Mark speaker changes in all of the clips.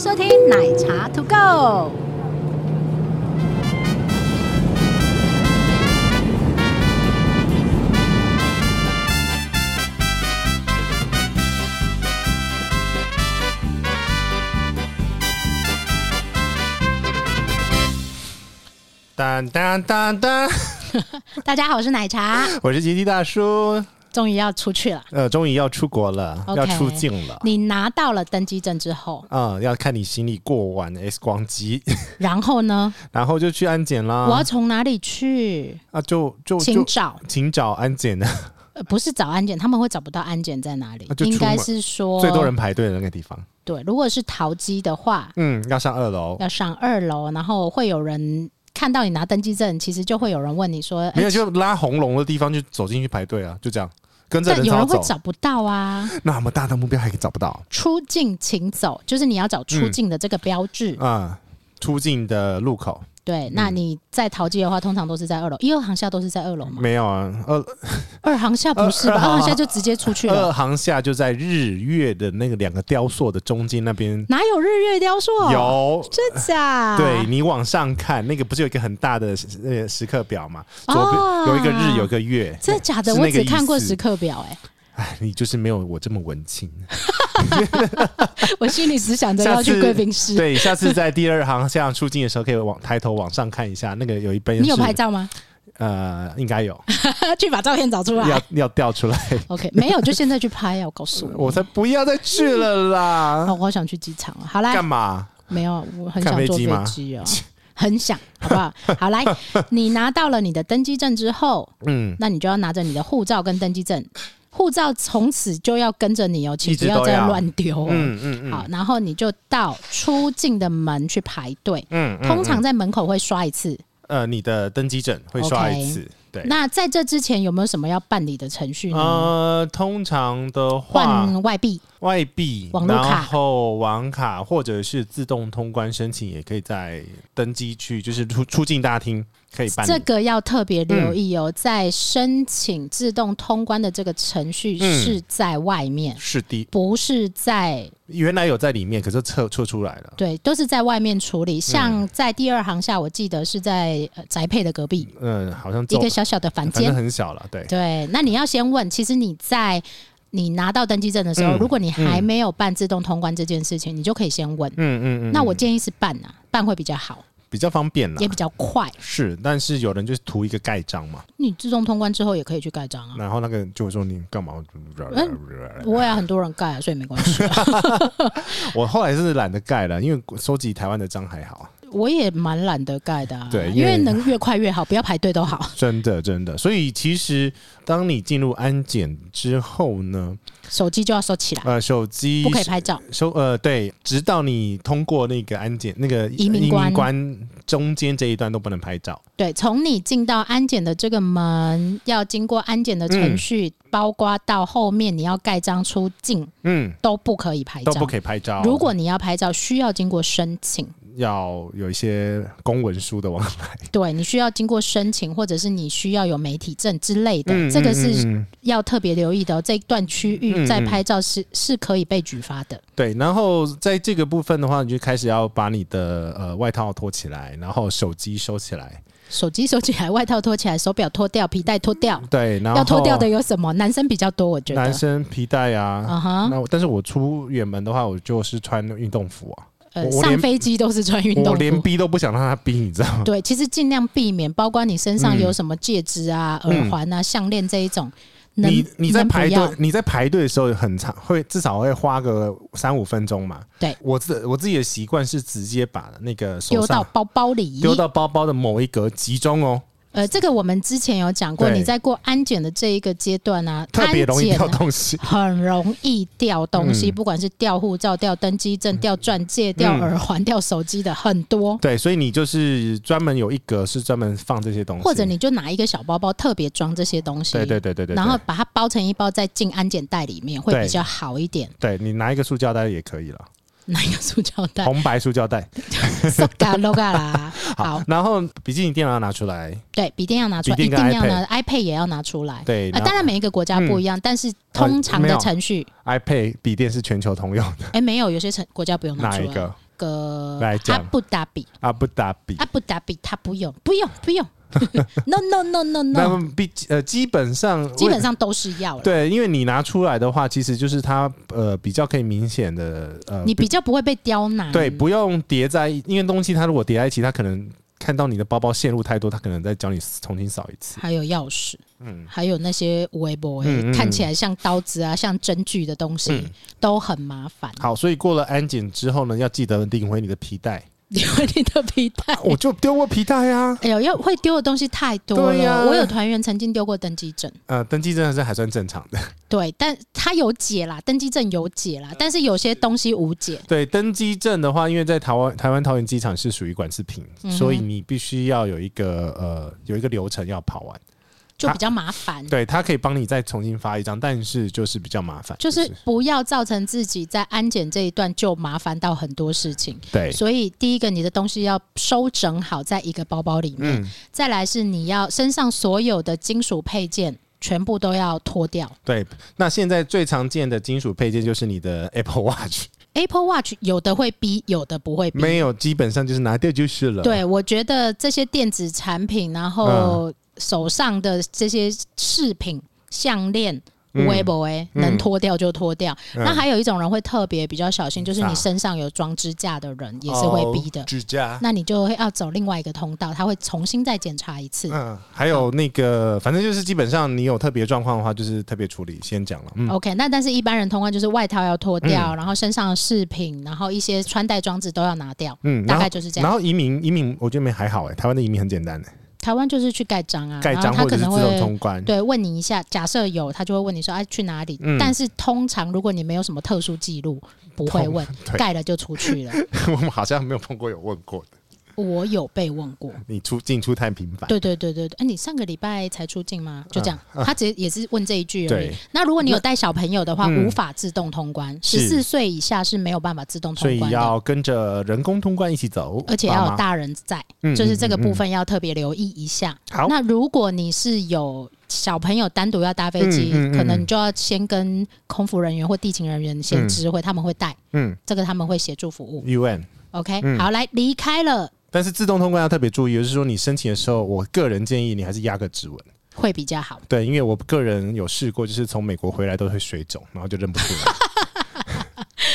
Speaker 1: 收听奶茶 To Go。
Speaker 2: 当当当当，
Speaker 1: 大家好，我是奶茶，
Speaker 2: 我是吉吉大叔。
Speaker 1: 终于要出去了。
Speaker 2: 呃，终于要出国了
Speaker 1: OK
Speaker 2: 要出境了。
Speaker 1: 你拿到了登机证之后，
Speaker 2: 嗯，要看你行李过完 X 光机，
Speaker 1: 然后呢？
Speaker 2: 然后就去安检
Speaker 1: 我要
Speaker 2: 啦。
Speaker 1: 从哪里去？
Speaker 2: 啊，就啊就
Speaker 1: 请
Speaker 2: 就
Speaker 1: 找，
Speaker 2: 请找安检的，
Speaker 1: 呃，不是找安检，他们会找不到安检在哪里
Speaker 2: 那，啊就出
Speaker 1: 应该
Speaker 2: 门
Speaker 1: 是说
Speaker 2: 最多人排队的那个地方。
Speaker 1: 对。如果是淘机的话，
Speaker 2: 嗯，要上二楼。
Speaker 1: 要呃上二楼，然后会有人看到你拿登记证，其实就会有人问你说，
Speaker 2: 没有，
Speaker 1: 哎
Speaker 2: 就拉红龙的地方就走进去排队啊，就这样，跟着
Speaker 1: 但
Speaker 2: 人
Speaker 1: 有
Speaker 2: 潮
Speaker 1: 人会
Speaker 2: 走。
Speaker 1: 找不到啊。
Speaker 2: 那么大的目标还找不到
Speaker 1: 出境请走，就是你要找
Speaker 2: 嗯
Speaker 1: 出境的这个标志。
Speaker 2: 啊、出境的路口
Speaker 1: 对，那
Speaker 2: 嗯
Speaker 1: 你在淘机的话，通常都是在二楼，一二航厦都是在二楼嘛？
Speaker 2: 没有啊，二
Speaker 1: 二航厦不是吧？
Speaker 2: 二
Speaker 1: 二
Speaker 2: 二航
Speaker 1: 航厦就直接出去了，
Speaker 2: 二航下就在日月的那个两个雕塑的中间那边、
Speaker 1: 哪有日月雕塑？，
Speaker 2: 有。
Speaker 1: 真假？
Speaker 2: 对你往上看，那个不是有一个很大的时呃时刻表嘛？左边、
Speaker 1: 哦
Speaker 2: 有一个日，有一个月。
Speaker 1: 真的假的？
Speaker 2: 是
Speaker 1: 我
Speaker 2: 那个
Speaker 1: 只看过
Speaker 2: 意思
Speaker 1: 时刻表、哎，
Speaker 2: 哎，你就是没有我这么文青。
Speaker 1: 我心里只想着要去
Speaker 2: 下次
Speaker 1: 贵宾室。
Speaker 2: 对，下次在第二航向出境的时候，可以往抬头往上看一下，那个有一边
Speaker 1: 你有
Speaker 2: 是
Speaker 1: 拍？照吗？
Speaker 2: 呃，应该有，
Speaker 1: 去把照片找出来
Speaker 2: 要。要掉出来。
Speaker 1: OK，没有就现在去拍啊！我告诉你，
Speaker 2: 我才不要再去了
Speaker 1: 哦，
Speaker 2: 啦！
Speaker 1: 我好想去机场啊！好
Speaker 2: 干
Speaker 1: 啦，
Speaker 2: 嘛？
Speaker 1: 没有，我很
Speaker 2: 看
Speaker 1: 想
Speaker 2: 飞
Speaker 1: 坐
Speaker 2: 机
Speaker 1: 飞
Speaker 2: 吗
Speaker 1: 机哦， 很想，好不好？好 来，你拿到了你的登机证之后，
Speaker 2: 嗯，
Speaker 1: 那你就要拿着你的护照跟登机证，护照从此就要跟着你哦，请
Speaker 2: 一
Speaker 1: 不
Speaker 2: 直都
Speaker 1: 再
Speaker 2: 要
Speaker 1: 乱丢哦。
Speaker 2: 嗯嗯嗯，
Speaker 1: 好，然后你就到出境的门去排队，
Speaker 2: 嗯，嗯
Speaker 1: 通常在门口会刷一次。
Speaker 2: 呃，你的登机证会刷一次，对。
Speaker 1: 那在这之前有没有什么要办理的程序呢？
Speaker 2: 呃，通常的话，
Speaker 1: 换外币，
Speaker 2: 外币、
Speaker 1: 网络卡
Speaker 2: 然后网卡或者是自动通关申请，也可以在登机区，就是出出境大厅可以办理。嗯
Speaker 1: 这个要特别留意哦，在申请自动通关的这个程序
Speaker 2: 嗯
Speaker 1: 是在外面，
Speaker 2: 是的，
Speaker 1: 不是在
Speaker 2: 原来有在里面，可是撤撤出来了。
Speaker 1: 对，都是在外面处理。
Speaker 2: 嗯
Speaker 1: 像在第二行下，我记得是在呃宅配的隔壁
Speaker 2: 嗯，好像
Speaker 1: 一
Speaker 2: 走
Speaker 1: 个小小的房
Speaker 2: 反正
Speaker 1: 间。
Speaker 2: 很小了，对。
Speaker 1: 对，那你要先问，其实你在。你拿到登记证的时候，
Speaker 2: 嗯
Speaker 1: 如果你还没有办自动通关这件事情，你就可以先问。
Speaker 2: 嗯嗯嗯，
Speaker 1: 那
Speaker 2: 嗯
Speaker 1: 我建议是办啊，办会比较好，
Speaker 2: 比较方便啦
Speaker 1: 也。比较快。
Speaker 2: 是，但是有人就是图一个盖章嘛，
Speaker 1: 你自动通关之后也可以去盖章啊。
Speaker 2: 然后那个就说你干嘛？
Speaker 1: 嗯我也很多人盖、啊，所以没关系。
Speaker 2: 我后来是懒得盖了，因为收集台湾的章还好，
Speaker 1: 我也蛮懒得盖的、啊，
Speaker 2: 对
Speaker 1: 因
Speaker 2: 因
Speaker 1: 为
Speaker 2: 为
Speaker 1: 能越快越好，不要排队都 好。
Speaker 2: 真的真的。所以其实当你进入安检之后呢，
Speaker 1: 手机就要收起来，
Speaker 2: 呃，手机
Speaker 1: 不可以拍照。
Speaker 2: 收呃对，直到你通过那个安检那个
Speaker 1: 移民官
Speaker 2: 关中间这一段都不能拍照。
Speaker 1: 对，从你进到安检的这个门，要经过安检的
Speaker 2: 嗯
Speaker 1: 程序，包括到后面你要盖章出境，
Speaker 2: 嗯，
Speaker 1: 都不可以拍照。
Speaker 2: 都不可以拍照。
Speaker 1: 如果你要拍照，需要经过申请，
Speaker 2: 要有一些公文书的往来，
Speaker 1: 对你需要经过申请，或者是你需要有媒体证之类的，
Speaker 2: 嗯，
Speaker 1: 这个
Speaker 2: 嗯
Speaker 1: 是
Speaker 2: 嗯嗯
Speaker 1: 要特别留意的、哦，这一段区域
Speaker 2: 嗯
Speaker 1: 在
Speaker 2: 嗯
Speaker 1: 拍照是、是可以被举发的。
Speaker 2: 对。然后在这个部分的话，你就开始要把你的呃外套脱起来，然后手机收起来，
Speaker 1: 手机收起来，外套脱起来，手表脱掉，皮带脱掉。
Speaker 2: 对，然后
Speaker 1: 要脱掉的有什么？男生比较多，我觉
Speaker 2: 男
Speaker 1: 得。
Speaker 2: 生皮带
Speaker 1: 啊
Speaker 2: 啊。
Speaker 1: 哈，
Speaker 2: 那我但是我出远门的话，我就是穿运动服啊，
Speaker 1: 呃，
Speaker 2: 我我
Speaker 1: 上
Speaker 2: 连
Speaker 1: 飞机都是穿运
Speaker 2: 我
Speaker 1: 动
Speaker 2: 连
Speaker 1: 服。
Speaker 2: 逼都不想让他逼，你知道吗？
Speaker 1: 对，其实尽量避免，包括你身上
Speaker 2: 嗯
Speaker 1: 有什么戒指啊、
Speaker 2: 嗯
Speaker 1: 耳环啊、项链这一种，能
Speaker 2: 你你在
Speaker 1: 能不
Speaker 2: 排
Speaker 1: 要
Speaker 2: 队，你在排队的时候很长，会至少会花个三五分钟嘛。
Speaker 1: 对
Speaker 2: 我自我自己的习惯是直接把那个手
Speaker 1: 丢到
Speaker 2: 上
Speaker 1: 包包里。
Speaker 2: 丢到包包的某一格集中哦，
Speaker 1: 呃，这个我们之前有讲过，
Speaker 2: 对
Speaker 1: 你在过安检的这一个阶段啊，
Speaker 2: 特别容易
Speaker 1: 安检
Speaker 2: 掉
Speaker 1: 啊
Speaker 2: 东西。
Speaker 1: 很容易掉东西，
Speaker 2: 嗯
Speaker 1: 不管是掉护照、掉登机证、掉钻戒、掉
Speaker 2: 嗯
Speaker 1: 耳环、掉手机的很多。
Speaker 2: 对，所以你就是专门有一格是专门放这些东西，
Speaker 1: 或者你就拿一个小包包，特别装这些东西，
Speaker 2: 对对对对对，
Speaker 1: 然后
Speaker 2: 对
Speaker 1: 把它包成一包，再进安检袋里面会
Speaker 2: 对
Speaker 1: 比较好一点。
Speaker 2: 对你拿一个塑胶袋也可以了，
Speaker 1: 拿一个塑胶袋，
Speaker 2: 红白塑胶袋。
Speaker 1: 塑胶 logo 啦。好，
Speaker 2: 然后笔记本电脑拿出来，
Speaker 1: 对，笔电要拿出来，
Speaker 2: 笔
Speaker 1: 一
Speaker 2: 电
Speaker 1: 定
Speaker 2: 跟
Speaker 1: 要拿，iPad 也要拿出来。
Speaker 2: 对，
Speaker 1: 啊，
Speaker 2: 然后嗯呃
Speaker 1: 当然每一个国家不一样，但是通常
Speaker 2: 没
Speaker 1: 的
Speaker 2: 有
Speaker 1: 程序，
Speaker 2: iPad 笔电是全球通用的，
Speaker 1: 哎，没有，有些程国家不用拿
Speaker 2: 哪
Speaker 1: 出
Speaker 2: 一
Speaker 1: 来。
Speaker 2: 个？
Speaker 1: 个
Speaker 2: 来
Speaker 1: 阿
Speaker 2: 讲
Speaker 1: 布达比，
Speaker 2: 阿布达比
Speaker 1: 阿。布达比他不用，不用，不 用，no no no no
Speaker 2: 那
Speaker 1: no，
Speaker 2: 么毕呃，基本上
Speaker 1: 基本上都是要了。
Speaker 2: 对，因为你拿出来的话，其实就是它呃比较可以明显的呃，
Speaker 1: 你比较不会被刁难，
Speaker 2: 对，不用叠在一，因为东西它如果叠在一起，它可能看到你的包包线路太多，它可能再教你重新扫一次。
Speaker 1: 还有钥匙，
Speaker 2: 嗯
Speaker 1: 还有那些微博、
Speaker 2: 嗯嗯嗯
Speaker 1: 看起来像刀子啊、像针具的东西，
Speaker 2: 嗯
Speaker 1: 都很麻 烦。
Speaker 2: 好，所以过了安检之后呢，要记得领回你的皮带。
Speaker 1: 因为你的皮带，
Speaker 2: 啊我就丢过皮带啊，
Speaker 1: 哎呦，要会丢的东西太多了。
Speaker 2: 对呀
Speaker 1: 我有团员曾经丢过登机证，
Speaker 2: 呃，登记真的是还算正常的。
Speaker 1: 对，但他有解啦，登机证有解啦，但是有些东西无解。
Speaker 2: 对，登机证的话，因为在台湾台湾桃园机场是属于管制品，
Speaker 1: 嗯哼
Speaker 2: 所以你必须要有一个呃有一个流程要跑完。
Speaker 1: 就
Speaker 2: 啊
Speaker 1: 比较麻烦。
Speaker 2: 对，它可以帮你再重新发一张，但是就是比较麻烦，
Speaker 1: 就是不要造成自己在安检这一段就麻烦到很多事情，
Speaker 2: 对，
Speaker 1: 所以第一个，你的东西要收整好在一个包包里面；
Speaker 2: 嗯，
Speaker 1: 再来是你要身上所有的金属配件全部都要脱掉。
Speaker 2: 对。那现在最常见的金属配件就是你的 Apple Watch，
Speaker 1: Apple Watch 有的会逼，有的不会逼。
Speaker 2: 没有，基本上就是拿掉就是了。，
Speaker 1: 对，我觉得这些电子产品，然后
Speaker 2: 嗯
Speaker 1: 手上的这些饰品、项链。
Speaker 2: 嗯
Speaker 1: 微博哎，
Speaker 2: 嗯
Speaker 1: 能脱掉就脱掉。
Speaker 2: 嗯
Speaker 1: 那还有一种人会特别比较小心，就是
Speaker 2: 啥
Speaker 1: 你身上有装支架的人也是会逼的
Speaker 2: 哦。指甲。
Speaker 1: 那你就会要走另外一个通道，他会重新再检查一次。
Speaker 2: 嗯，还有那个，反正就是基本上你有特别状况的话，就是特别处理，先讲了。嗯，
Speaker 1: OK，那但是一般人通关就是外套要脱掉，然后身上的饰品，然后一些穿戴装置都要拿掉，
Speaker 2: 嗯，
Speaker 1: 大
Speaker 2: 然后
Speaker 1: 概就是这样。
Speaker 2: 然后移民，移民我觉得没还好哎、台湾的移民很简单哎、
Speaker 1: 台湾就是去盖章啊，
Speaker 2: 盖
Speaker 1: 然
Speaker 2: 章
Speaker 1: 后他
Speaker 2: 或
Speaker 1: 可
Speaker 2: 者是
Speaker 1: 能
Speaker 2: 自动
Speaker 1: 会
Speaker 2: 通关。
Speaker 1: 对问你一下，假设有他就会问你说哎、去哪里、
Speaker 2: 嗯
Speaker 1: 但是通常如果你没有什么特殊记录，不会问，
Speaker 2: 对
Speaker 1: 盖了就出 去了。
Speaker 2: 我们好像没有碰过有问过的，
Speaker 1: 我有被问 过。
Speaker 2: 你出进出太频繁。
Speaker 1: 对对对对对，哎、你上个礼拜才出境吗？就这样， 他直接也是问这一句而已
Speaker 2: 啊对。
Speaker 1: 那如果你有带小朋友的话，
Speaker 2: 嗯
Speaker 1: 无法自动通关，十
Speaker 2: 是
Speaker 1: 四岁以下是没有办法自动
Speaker 2: 所
Speaker 1: 通
Speaker 2: 以
Speaker 1: 关的。
Speaker 2: 要跟着人工通关一起走，
Speaker 1: 而且
Speaker 2: 爸
Speaker 1: 要
Speaker 2: 妈
Speaker 1: 有大人在，
Speaker 2: 嗯
Speaker 1: 就是这个部。
Speaker 2: 嗯嗯
Speaker 1: 分要特别留意一下。
Speaker 2: 好
Speaker 1: 那如果你是有小朋友单独要搭飞机，
Speaker 2: 嗯嗯嗯
Speaker 1: 可能你就要先跟空服人员或地勤人员先知会，他们会带
Speaker 2: 嗯
Speaker 1: 这个，他们会协助服务。
Speaker 2: ，UN。
Speaker 1: OK，、
Speaker 2: 嗯
Speaker 1: 好，来离开了
Speaker 2: 但是自动通关要特别注意，就是说你申请的时候，我个人建议你还是压个指纹。
Speaker 1: 会比较好。
Speaker 2: 对，因为我个人有试过，就是从美国回来都会水肿，然后就认不出 来。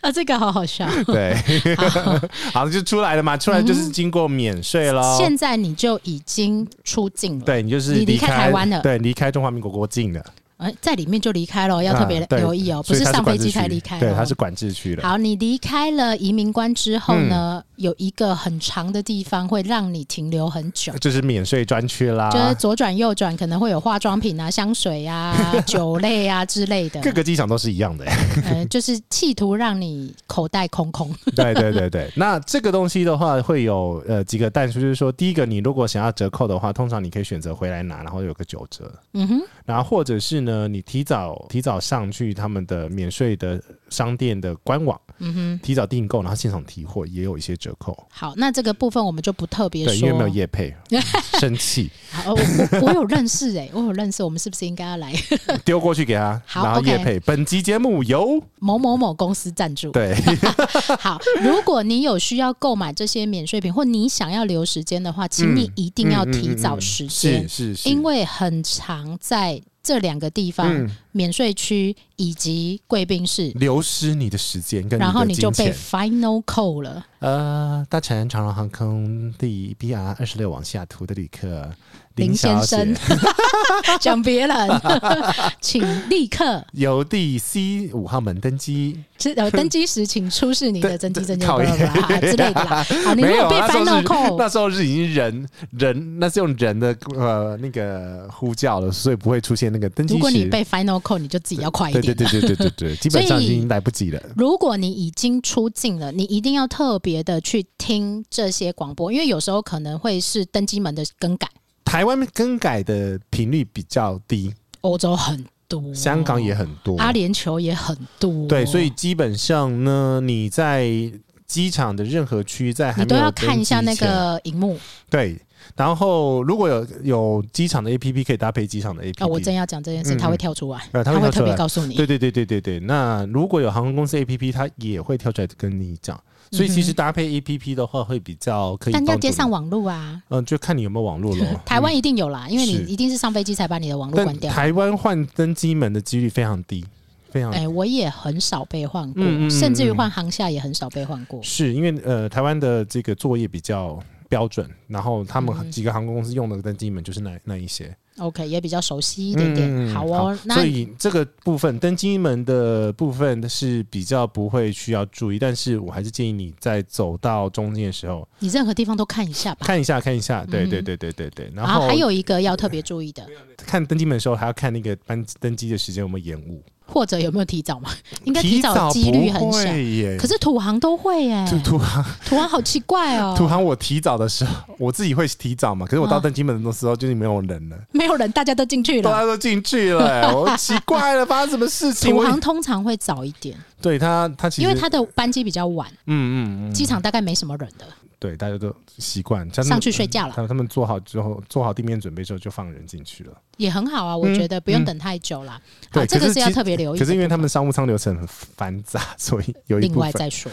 Speaker 1: 啊，这个好好笑。
Speaker 2: 对，
Speaker 1: 好
Speaker 2: 好，就出来了嘛，出来就是经过免税喽。
Speaker 1: 嗯现在你就已经出境了，
Speaker 2: 对你就是
Speaker 1: 你离开
Speaker 2: 开
Speaker 1: 台湾了
Speaker 2: 对，离开中华民国国境了，
Speaker 1: 哎，在里面就离开了，要特别
Speaker 2: 啊对
Speaker 1: 留意哦，不
Speaker 2: 所以它
Speaker 1: 上飞
Speaker 2: 管制
Speaker 1: 机才
Speaker 2: 区
Speaker 1: 离开
Speaker 2: 对，
Speaker 1: 哦。
Speaker 2: 它是管制区了。
Speaker 1: 好，你离开了移民关之后
Speaker 2: 嗯
Speaker 1: 呢，有一个很长的地方会让你停留很久。
Speaker 2: 就是免税专区啦，
Speaker 1: 就是左转右转可能会有化妆品啊、香水 啊、酒类啊之类的，
Speaker 2: 各个机场都是一样的、
Speaker 1: 呃，就是企图让你口袋空空。
Speaker 2: 对对对对，那这个东西的话会有呃几个淡出，就是说，第一个你如果想要折扣的话，通常你可以选择回来拿，然后有个九折，
Speaker 1: 嗯哼，
Speaker 2: 然后或者是呢，你提早提早上去他们的免税的商店的官网，
Speaker 1: 嗯哼。
Speaker 2: 提早订购，然后现场提货也有一些折扣。
Speaker 1: 好，那这个部分我们就不特别
Speaker 2: 对，因
Speaker 1: 说
Speaker 2: 为。没有业 配，生气
Speaker 1: 好，我我我有认识哎、我有认识，我们是不是应该要来
Speaker 2: 丢过去给他，
Speaker 1: 好
Speaker 2: 然后
Speaker 1: OK
Speaker 2: 业配。本集节目由
Speaker 1: 某某某公司赞助？
Speaker 2: 对
Speaker 1: 好，如果你有需要购买这些免税品，或你想要留时间的话，请
Speaker 2: 嗯
Speaker 1: 你一定要提早时间，
Speaker 2: 是是是，
Speaker 1: 因为很常在这两个地方，
Speaker 2: 嗯
Speaker 1: 免税区以及贵宾室，
Speaker 2: 流失你的时间跟
Speaker 1: 然后
Speaker 2: 你
Speaker 1: 你
Speaker 2: 的
Speaker 1: 就
Speaker 2: 金
Speaker 1: 被
Speaker 2: 钱。
Speaker 1: final call 了。
Speaker 2: 呃，搭乘长荣航空第 BR 二十六往下途的旅客
Speaker 1: 林先
Speaker 2: 小
Speaker 1: 生，
Speaker 2: 姐
Speaker 1: 讲别 人，请立刻
Speaker 2: 由第 C 五号门登机。
Speaker 1: 是呃登机时请出示你的登机证件，
Speaker 2: 讨厌
Speaker 1: 巴拉巴 拉之类的啦。好，你如
Speaker 2: 没有
Speaker 1: 果被
Speaker 2: 那时候
Speaker 1: final
Speaker 2: 是
Speaker 1: call，
Speaker 2: 那时候是已经人人，那是用人的呃那个呼叫了，所以不会出现那个登机时。
Speaker 1: 如果你被 final call，你就自己要快一
Speaker 2: 对
Speaker 1: 点。
Speaker 2: 对对对对对对，基本上
Speaker 1: 所
Speaker 2: 已
Speaker 1: 以
Speaker 2: 经来不及了。
Speaker 1: 如果你已经出境了，你一定要特别的去听这些广播，因为有时候可能会是登机门的更改，
Speaker 2: 台湾更改的频率比较低，
Speaker 1: 欧洲很多，
Speaker 2: 香港也很多，
Speaker 1: 阿联酋也很多，
Speaker 2: 对，所以基本上呢，你在机场的任何区，在
Speaker 1: 你
Speaker 2: 还没
Speaker 1: 都
Speaker 2: 有
Speaker 1: 要看一下
Speaker 2: 登
Speaker 1: 那
Speaker 2: 机前
Speaker 1: 个荧幕。
Speaker 2: 对，然后如果有有机场的 APP 可以搭配机场的 APP，、
Speaker 1: 啊，我真要讲这件事，
Speaker 2: 嗯
Speaker 1: 他会跳出来，
Speaker 2: 呃它
Speaker 1: 他
Speaker 2: 会跳出
Speaker 1: 特
Speaker 2: 来
Speaker 1: 别告诉你。
Speaker 2: 对对对对对对。那如果有航空公司 APP，它也会跳出来跟你讲。所以其实搭配 APP 的话，会比较可以。
Speaker 1: 但要接上，网络啊，
Speaker 2: 嗯，就看你有没有网 络喽。
Speaker 1: 台湾一定有啦，因为你
Speaker 2: 是
Speaker 1: 一定是上飞机才把你的网络关
Speaker 2: 但
Speaker 1: 掉。
Speaker 2: 台湾换登机门的几率非常低，非常低
Speaker 1: 哎、我也很少被换过，
Speaker 2: 嗯嗯嗯
Speaker 1: 甚至于换航厦也很少被换过。
Speaker 2: 是因为呃，台湾的这个作业比较标准，然后他
Speaker 1: 嗯
Speaker 2: 们几个航空公司用的登机门就是那那一些。
Speaker 1: OK，也比较熟悉一点点。
Speaker 2: 嗯
Speaker 1: 好哦，那
Speaker 2: 所以这个部分登机门的部分是比较不会需要注意，但是我还是建议你在走到中间的时候
Speaker 1: 你任何地方都看一下吧。
Speaker 2: 看一下看一下，对
Speaker 1: 嗯
Speaker 2: 对对对对对。然
Speaker 1: 然后
Speaker 2: 后
Speaker 1: 还有一个要特别注意的，
Speaker 2: 看登机门的时候还要看那个班登机的时间有没有延误，
Speaker 1: 或者有没有提早 嘛？应该
Speaker 2: 提
Speaker 1: 提早
Speaker 2: 早
Speaker 1: 的几率很
Speaker 2: 不
Speaker 1: 小。
Speaker 2: 会耶。
Speaker 1: 可是土航都会 耶、
Speaker 2: 土土航
Speaker 1: 土航好奇怪哦、
Speaker 2: 土航，我提早的时候我自己会提早嘛，可是我到
Speaker 1: 嗯
Speaker 2: 登机门的时候就是没有人了。
Speaker 1: 没有人，大家都进去
Speaker 2: 大
Speaker 1: 了。
Speaker 2: 家都进去了、 欸，我奇怪了，发生什么事情？
Speaker 1: 土
Speaker 2: 啊我
Speaker 1: 航通常会早一点，
Speaker 2: 对他，他其实
Speaker 1: 因为他的班机比较晚，
Speaker 2: 嗯嗯嗯，
Speaker 1: 机场大概没什么人的，
Speaker 2: 对大家都习惯，像
Speaker 1: 上去睡觉了
Speaker 2: 他们他们做好之后，做好地面准备之后就放人进去了。
Speaker 1: 也很好啊。我
Speaker 2: 嗯
Speaker 1: 觉得不用
Speaker 2: 嗯
Speaker 1: 等太久啦。好，
Speaker 2: 对，
Speaker 1: 这
Speaker 2: 可
Speaker 1: 个是
Speaker 2: 其
Speaker 1: 要特别留意的
Speaker 2: 可
Speaker 1: 部分。
Speaker 2: 是因为他们商务舱流程很繁杂，所以有一
Speaker 1: 另
Speaker 2: 部
Speaker 1: 外
Speaker 2: 分
Speaker 1: 再说。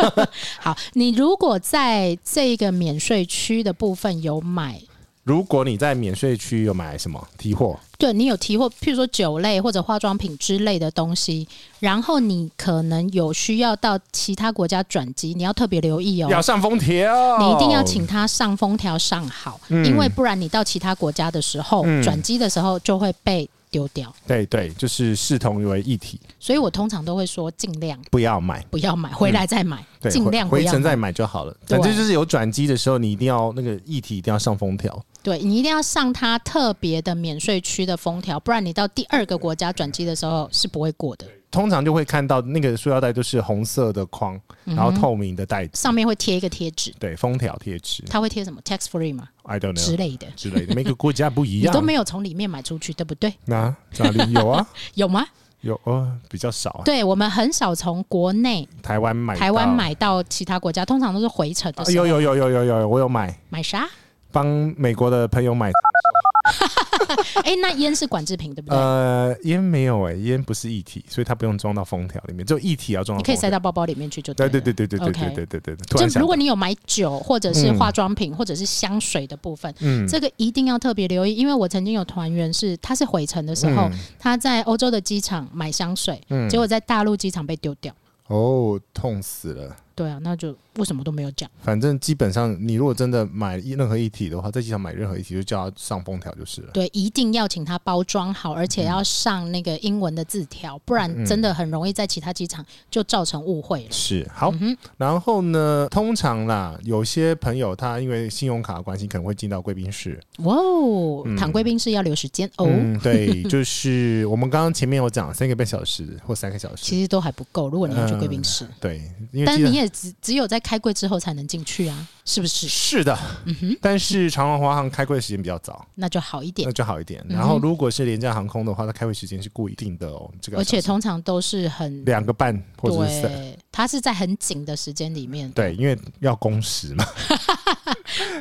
Speaker 1: 好，你如果在这个免税区的部分有买，
Speaker 2: 如果你在免税区有买什么提货，
Speaker 1: 对你有提货，譬如说酒类或者化妆品之类的东西，然后你可能有需要到其他国家转机，你要特别留意哦。
Speaker 2: 要上封条，
Speaker 1: 你一定要请他上封条上好，因为不然你到其他国家的时候，
Speaker 2: 嗯
Speaker 1: 转机的时候就会被丢掉。
Speaker 2: 对对，就是视同为一体，
Speaker 1: 所以我通常都会说尽量
Speaker 2: 不要买。
Speaker 1: 不要买，回来再买，
Speaker 2: 嗯对，
Speaker 1: 尽量不
Speaker 2: 回回
Speaker 1: 要
Speaker 2: 程
Speaker 1: 买
Speaker 2: 再买就好了。
Speaker 1: 对啊
Speaker 2: 反正就是有转机的时候，你一定要那个一体一定要上封条。
Speaker 1: 对你一定要上它特别的免税区的封条，不然你到第二个国家转机的时候是不会过的，
Speaker 2: 通常就会看到那个塑料袋都是红色的框，
Speaker 1: 嗯
Speaker 2: 然后透明的袋子，
Speaker 1: 上面会贴一个贴纸，
Speaker 2: 对，封条贴纸
Speaker 1: 它会贴什么 tax free 嘛
Speaker 2: ，I don't
Speaker 1: 之
Speaker 2: know
Speaker 1: 类的，
Speaker 2: 之类的，每个国家不一
Speaker 1: 你
Speaker 2: 样。
Speaker 1: 都没有从里面买出去，对不对？
Speaker 2: 那哪里有啊？
Speaker 1: 有吗？
Speaker 2: 有哦，比较少啊。
Speaker 1: 对我们很少从国内
Speaker 2: 台湾买到，
Speaker 1: 台湾买到其他国家，通常都是回程的
Speaker 2: 啊，
Speaker 1: 时候。
Speaker 2: 有有有有有有有，我有买，
Speaker 1: 买啥？
Speaker 2: 帮美国的朋友买。
Speaker 1: 哎、那烟是管制品，对不对？
Speaker 2: 呃，烟没有哎，烟不是一体，所以它不用装到封条里面，只有一体要装
Speaker 1: 你
Speaker 2: 到
Speaker 1: 可以
Speaker 2: 封
Speaker 1: 塞
Speaker 2: 条。
Speaker 1: 到包包里面去就
Speaker 2: 对
Speaker 1: 了。
Speaker 2: 哦对对对对对
Speaker 1: OK
Speaker 2: 对对对对。突然
Speaker 1: 就
Speaker 2: 想
Speaker 1: 如果
Speaker 2: 到，
Speaker 1: 你有买酒或者是化妆品、或者是香水的部分，
Speaker 2: 嗯
Speaker 1: 这个一定要特别留意，因为我曾经有团员是他是回程的时候，
Speaker 2: 嗯
Speaker 1: 他在欧洲的机场买香水，
Speaker 2: 嗯
Speaker 1: 结果在大陆机场被丢掉。
Speaker 2: 哦，痛死了。
Speaker 1: 对啊，那就为什么都没有讲？
Speaker 2: 反正基本上，你如果真的买一任何一体的话，在机场买任何一体，就叫它上封条就是了。
Speaker 1: 对，一定要请他包装好，而且要上那个英文的字条，不
Speaker 2: 嗯
Speaker 1: 然真的很容易在其他机场就造成误会了。嗯
Speaker 2: 是好，然后呢，通常啦，有些朋友他因为信用卡的关系，可能会进到贵宾室。
Speaker 1: 哇哦，躺贵宾室要留时间哦，
Speaker 2: 嗯，对，就是我们刚刚前面有讲三个半小时或三个小时，
Speaker 1: 其实都还不够。如果你要去贵宾室，
Speaker 2: 对，因为
Speaker 1: 但
Speaker 2: 基
Speaker 1: 是
Speaker 2: 本
Speaker 1: 你也只只有在开柜之后才能进去啊，是不是？
Speaker 2: 是的，
Speaker 1: 嗯
Speaker 2: 但是长荣华航开会的时间比较早，
Speaker 1: 那就好一点
Speaker 2: 那。就好一
Speaker 1: 嗯
Speaker 2: 点。然后如果是廉价航空的话，它开会时间是固定的哦，这个
Speaker 1: 而且
Speaker 2: 小时
Speaker 1: 通常都是很
Speaker 2: 两个半或者是三。
Speaker 1: 对，它是在很紧的时间里 面，
Speaker 2: 对，因为要工时嘛，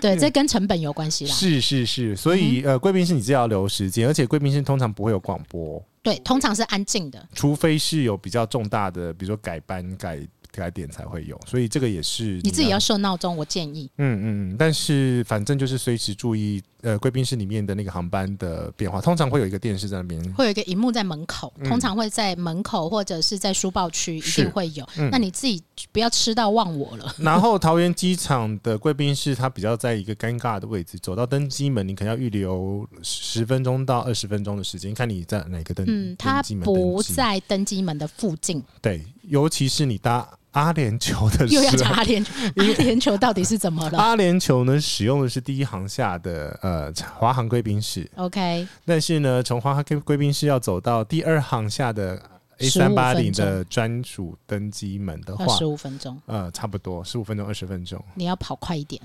Speaker 1: 对，这跟成本有关系啦。
Speaker 2: 是是是，所
Speaker 1: 嗯
Speaker 2: 以、呃，贵宾室你是要留时间，而且贵宾室通常不会有广播、
Speaker 1: 对，通常是安静的，
Speaker 2: 除非是有比较重大的，比如说改班、改改点才会有，所以这个也是
Speaker 1: 你自己要设闹钟，我建议。
Speaker 2: 嗯嗯嗯。但是反正就是随时注意，呃，贵宾室里面的那个航班的变化，通常会有一个电视在那边。
Speaker 1: 会有一个荧幕在门口，
Speaker 2: 嗯
Speaker 1: 通常会在门口或者是在书报区一
Speaker 2: 是
Speaker 1: 定会有。
Speaker 2: 嗯
Speaker 1: 那你自己不要吃到忘我 了。
Speaker 2: 然后桃园机场的贵宾室，它比较在一个尴尬的位置，走到登机门，你可能要预留十分钟到二十分钟的时间，看你在哪个登
Speaker 1: 嗯，它
Speaker 2: 登机门
Speaker 1: 不
Speaker 2: 登机
Speaker 1: 在登机门的附近，
Speaker 2: 对，尤其是你搭阿联酋的时
Speaker 1: 又
Speaker 2: 候，
Speaker 1: 要查阿联酋，阿联酋到底是怎么了
Speaker 2: 阿联酋呢使用的是第一航厦的呃华航贵宾室，
Speaker 1: ？OK，
Speaker 2: 但是呢，从花贵贵宾室要走到第二航下的 A 三
Speaker 1: 15
Speaker 2: 八零
Speaker 1: 分钟
Speaker 2: 的专属登机门的
Speaker 1: 要
Speaker 2: 话
Speaker 1: 十，五分钟，
Speaker 2: 呃，差不多十五分钟、二十分钟
Speaker 1: 你要跑快一点。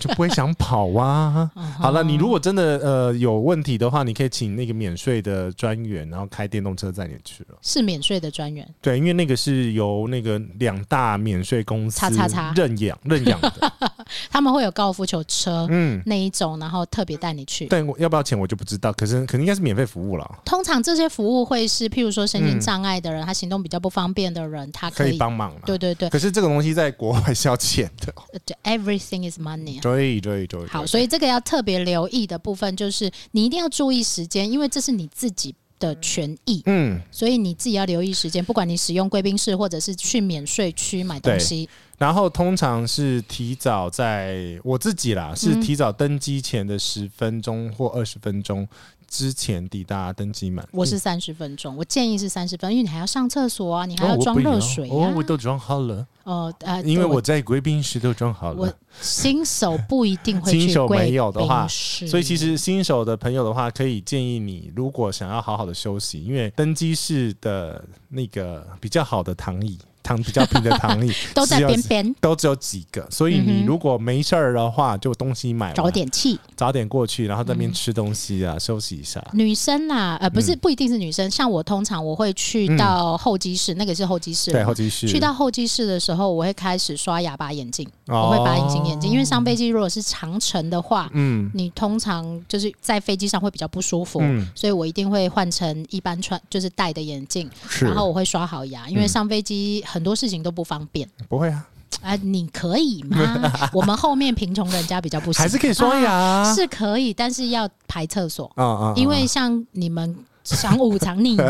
Speaker 2: 就不会想跑啊。
Speaker 1: 嗯哼
Speaker 2: 好了，你如果真的呃有问题的话，你可以请那个免税的专员，然后开电动车载你去了。
Speaker 1: 是免税的专员，
Speaker 2: 对，因为那个是由那个两大免税公司
Speaker 1: 叉叉叉
Speaker 2: 认养认养的，
Speaker 1: 他们会有高尔夫球车
Speaker 2: 嗯，
Speaker 1: 那一种，然后特别带你去。
Speaker 2: 但我要不要钱我就不知道，可是可能应该是免费服务了，
Speaker 1: 通常这些服务会是，譬如说身心
Speaker 2: 嗯
Speaker 1: 障碍的人，他行动比较不方便的人，他
Speaker 2: 可
Speaker 1: 可
Speaker 2: 以
Speaker 1: 以。
Speaker 2: 帮忙了。
Speaker 1: 对对对
Speaker 2: 可是这个东西在国外是要钱的，
Speaker 1: 呃就，everything is money 啊。
Speaker 2: 对对对。
Speaker 1: 好，
Speaker 2: 对
Speaker 1: 所以这个要特别留意的部分就是，你一定要注意时间，因为这是你自己的权益，
Speaker 2: 嗯，
Speaker 1: 所以你自己要留意时间。不管你使用贵宾室，或者是去免税区买东西，
Speaker 2: 然后通常是提早在我自己啦，
Speaker 1: 嗯
Speaker 2: 是提早登机前的十分钟或二十分钟之前抵达登机门。
Speaker 1: 我是三十分钟，我建议是三十分，因为你还要上厕所啊，你
Speaker 2: 嗯
Speaker 1: 还要
Speaker 2: 哦我
Speaker 1: 装
Speaker 2: 不一样
Speaker 1: 热水
Speaker 2: 哦
Speaker 1: 呀、，
Speaker 2: 我都装好了，
Speaker 1: 哦，呃，
Speaker 2: 因为
Speaker 1: 对
Speaker 2: 我在贵宾室都装好
Speaker 1: 我
Speaker 2: 了。
Speaker 1: 新手不一定会
Speaker 2: 新
Speaker 1: 去
Speaker 2: 手
Speaker 1: 贵
Speaker 2: 没有的话
Speaker 1: 宾室
Speaker 2: 所以其实新手的朋友的话，可以建议你，如果想要好好的休息，因为登机室的那个比较好的躺椅，躺比较平的躺椅
Speaker 1: 都在
Speaker 2: 只有
Speaker 1: 边边
Speaker 2: 都只有几个，所以
Speaker 1: 嗯
Speaker 2: 你
Speaker 1: 哼
Speaker 2: 如果没事儿的话，就东西买完
Speaker 1: 找点气。
Speaker 2: 早点过去，然后在那边
Speaker 1: 嗯
Speaker 2: 吃东西啊，休息一下。
Speaker 1: 女生啦，呃，不是不一定是女生，像我通常我会去
Speaker 2: 嗯
Speaker 1: 到候机室，那个是候机室
Speaker 2: 对，
Speaker 1: 嘛
Speaker 2: 后继续
Speaker 1: 去到候机室的时候，我会开始刷哑巴眼镜，我
Speaker 2: 哦
Speaker 1: 会拔隐形眼镜，因为上飞机如果是长程的话，
Speaker 2: 嗯
Speaker 1: 你通常就是在飞机上会比较不舒服，
Speaker 2: 嗯
Speaker 1: 所以我一定会换成一般穿就是戴的眼镜，
Speaker 2: 是，
Speaker 1: 然后我会刷好牙，因为上飞机很多事情都不方便。
Speaker 2: 不会啊，
Speaker 1: 啊、你可以 吗？我们后面贫穷人家比较不行，
Speaker 2: 还是可以刷牙
Speaker 1: 啊
Speaker 2: 啊
Speaker 1: 是可以，但是要排厕所，
Speaker 2: 啊啊！
Speaker 1: 因为像你们想午藏你 们，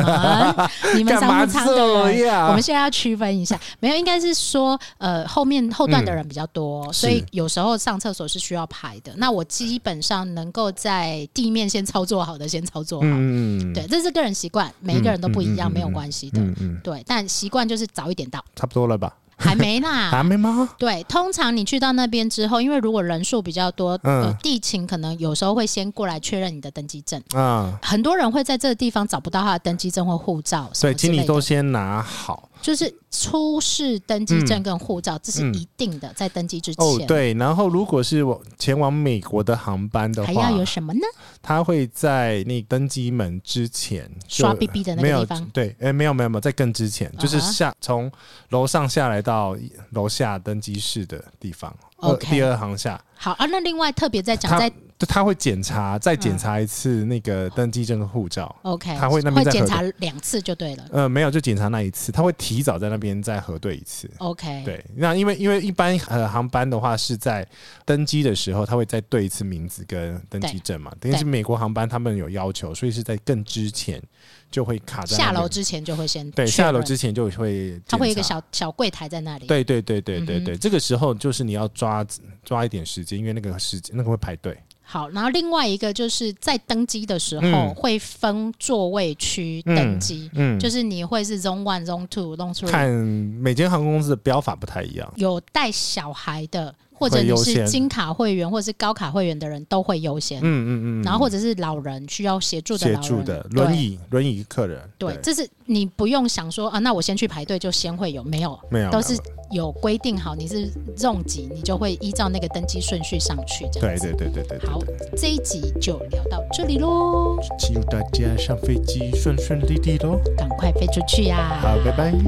Speaker 1: 你们
Speaker 2: 干
Speaker 1: 想
Speaker 2: 嘛
Speaker 1: 午藏的
Speaker 2: 这
Speaker 1: 人。
Speaker 2: 样？
Speaker 1: 我们现在要区分一下，没有，应该是说，呃，后面后段的人比较多，所以
Speaker 2: 嗯是
Speaker 1: 有时候上厕所是需要排的。那我基本上能够在地面先操作好的，先操作好。
Speaker 2: 嗯嗯嗯
Speaker 1: 对，这是个人习惯，每一个人都不一样，
Speaker 2: 嗯嗯嗯嗯
Speaker 1: 没有关系的。
Speaker 2: 嗯嗯，
Speaker 1: 对，但习惯就是早一点到，
Speaker 2: 差不多了吧？
Speaker 1: 还没 啦，
Speaker 2: 还没吗？
Speaker 1: 对，通常你去到那边之后，因为如果人数比较多，
Speaker 2: 嗯
Speaker 1: 呃，地勤可能有时候会先过来确认你的登机证。
Speaker 2: 啊，
Speaker 1: 很多人会在这个地方找不到他的登机证或护照，
Speaker 2: 所以
Speaker 1: 什
Speaker 2: 请
Speaker 1: 么之
Speaker 2: 你
Speaker 1: 类的
Speaker 2: 都先拿好
Speaker 1: 就是出示登机证跟护照，这是一定的，在登机之前。
Speaker 2: 嗯哦。对，然后如果是我前往美国的航班的
Speaker 1: 还
Speaker 2: 话
Speaker 1: 要，有什么呢？
Speaker 2: 他会在那登机门之前就
Speaker 1: 刷 BB 的那
Speaker 2: 没
Speaker 1: 个
Speaker 2: 有
Speaker 1: 地方，
Speaker 2: 对，哎、没有没有没有，在更之前，就是
Speaker 1: 啊哈
Speaker 2: 下从楼上下来到楼下登机室的地方
Speaker 1: OK
Speaker 2: 呃第二行下，
Speaker 1: 好啊，那另外特别在讲
Speaker 2: 他
Speaker 1: 在嗯
Speaker 2: 就他会检查，再检查一次那个登记证跟护照。
Speaker 1: OK，
Speaker 2: 他会那边再
Speaker 1: 检查两次就对了。
Speaker 2: 呃，没有，就检查那一次，他会提早在那边再核对一次。
Speaker 1: OK，
Speaker 2: 对，那因为因为一般呃航班的话是在登机的时候，他会再对一次名字跟登机证嘛。但是美国航班他们有要求，所以是在更之前就会卡在那
Speaker 1: 下
Speaker 2: 边
Speaker 1: 楼之前就会先
Speaker 2: 对
Speaker 1: 确
Speaker 2: 下楼
Speaker 1: 认
Speaker 2: 之前就会
Speaker 1: 他会有一个
Speaker 2: 检查
Speaker 1: 小嗯小柜台在那里。
Speaker 2: 对对对对对对，这个时候就是你要抓抓一点时间，因为那个时间那个会排队。
Speaker 1: 好，然后另外一个就是在登机的时候
Speaker 2: 嗯
Speaker 1: 会分座位区登机，
Speaker 2: 嗯，
Speaker 1: 就是你会是 Zone One、Zone Two、Zone Three，
Speaker 2: 看每间航空公司的标法不太一样。
Speaker 1: 有带小孩的，或者
Speaker 2: 会
Speaker 1: 你
Speaker 2: 优
Speaker 1: 是
Speaker 2: 先
Speaker 1: 金卡会员或者是高卡会员的人都会优先，
Speaker 2: 嗯嗯嗯，
Speaker 1: 然后或者是老人需要协助的
Speaker 2: 协
Speaker 1: 老人，
Speaker 2: 助的
Speaker 1: 对
Speaker 2: 轮椅轮椅客人，
Speaker 1: 对，这是你不用想说啊，那我先去排队就先会有，没有，
Speaker 2: 没有
Speaker 1: 都
Speaker 2: 没有
Speaker 1: 是有规定好你是 Zone 几，你就会依照那个登机顺序上去这样
Speaker 2: 对
Speaker 1: 子。
Speaker 2: 对对对对对
Speaker 1: 好
Speaker 2: 对，，
Speaker 1: 这一集就聊到这里喽，
Speaker 2: 希望大家上飞机顺顺利利喽。
Speaker 1: 赶快飞出去呀、
Speaker 2: 好，拜拜。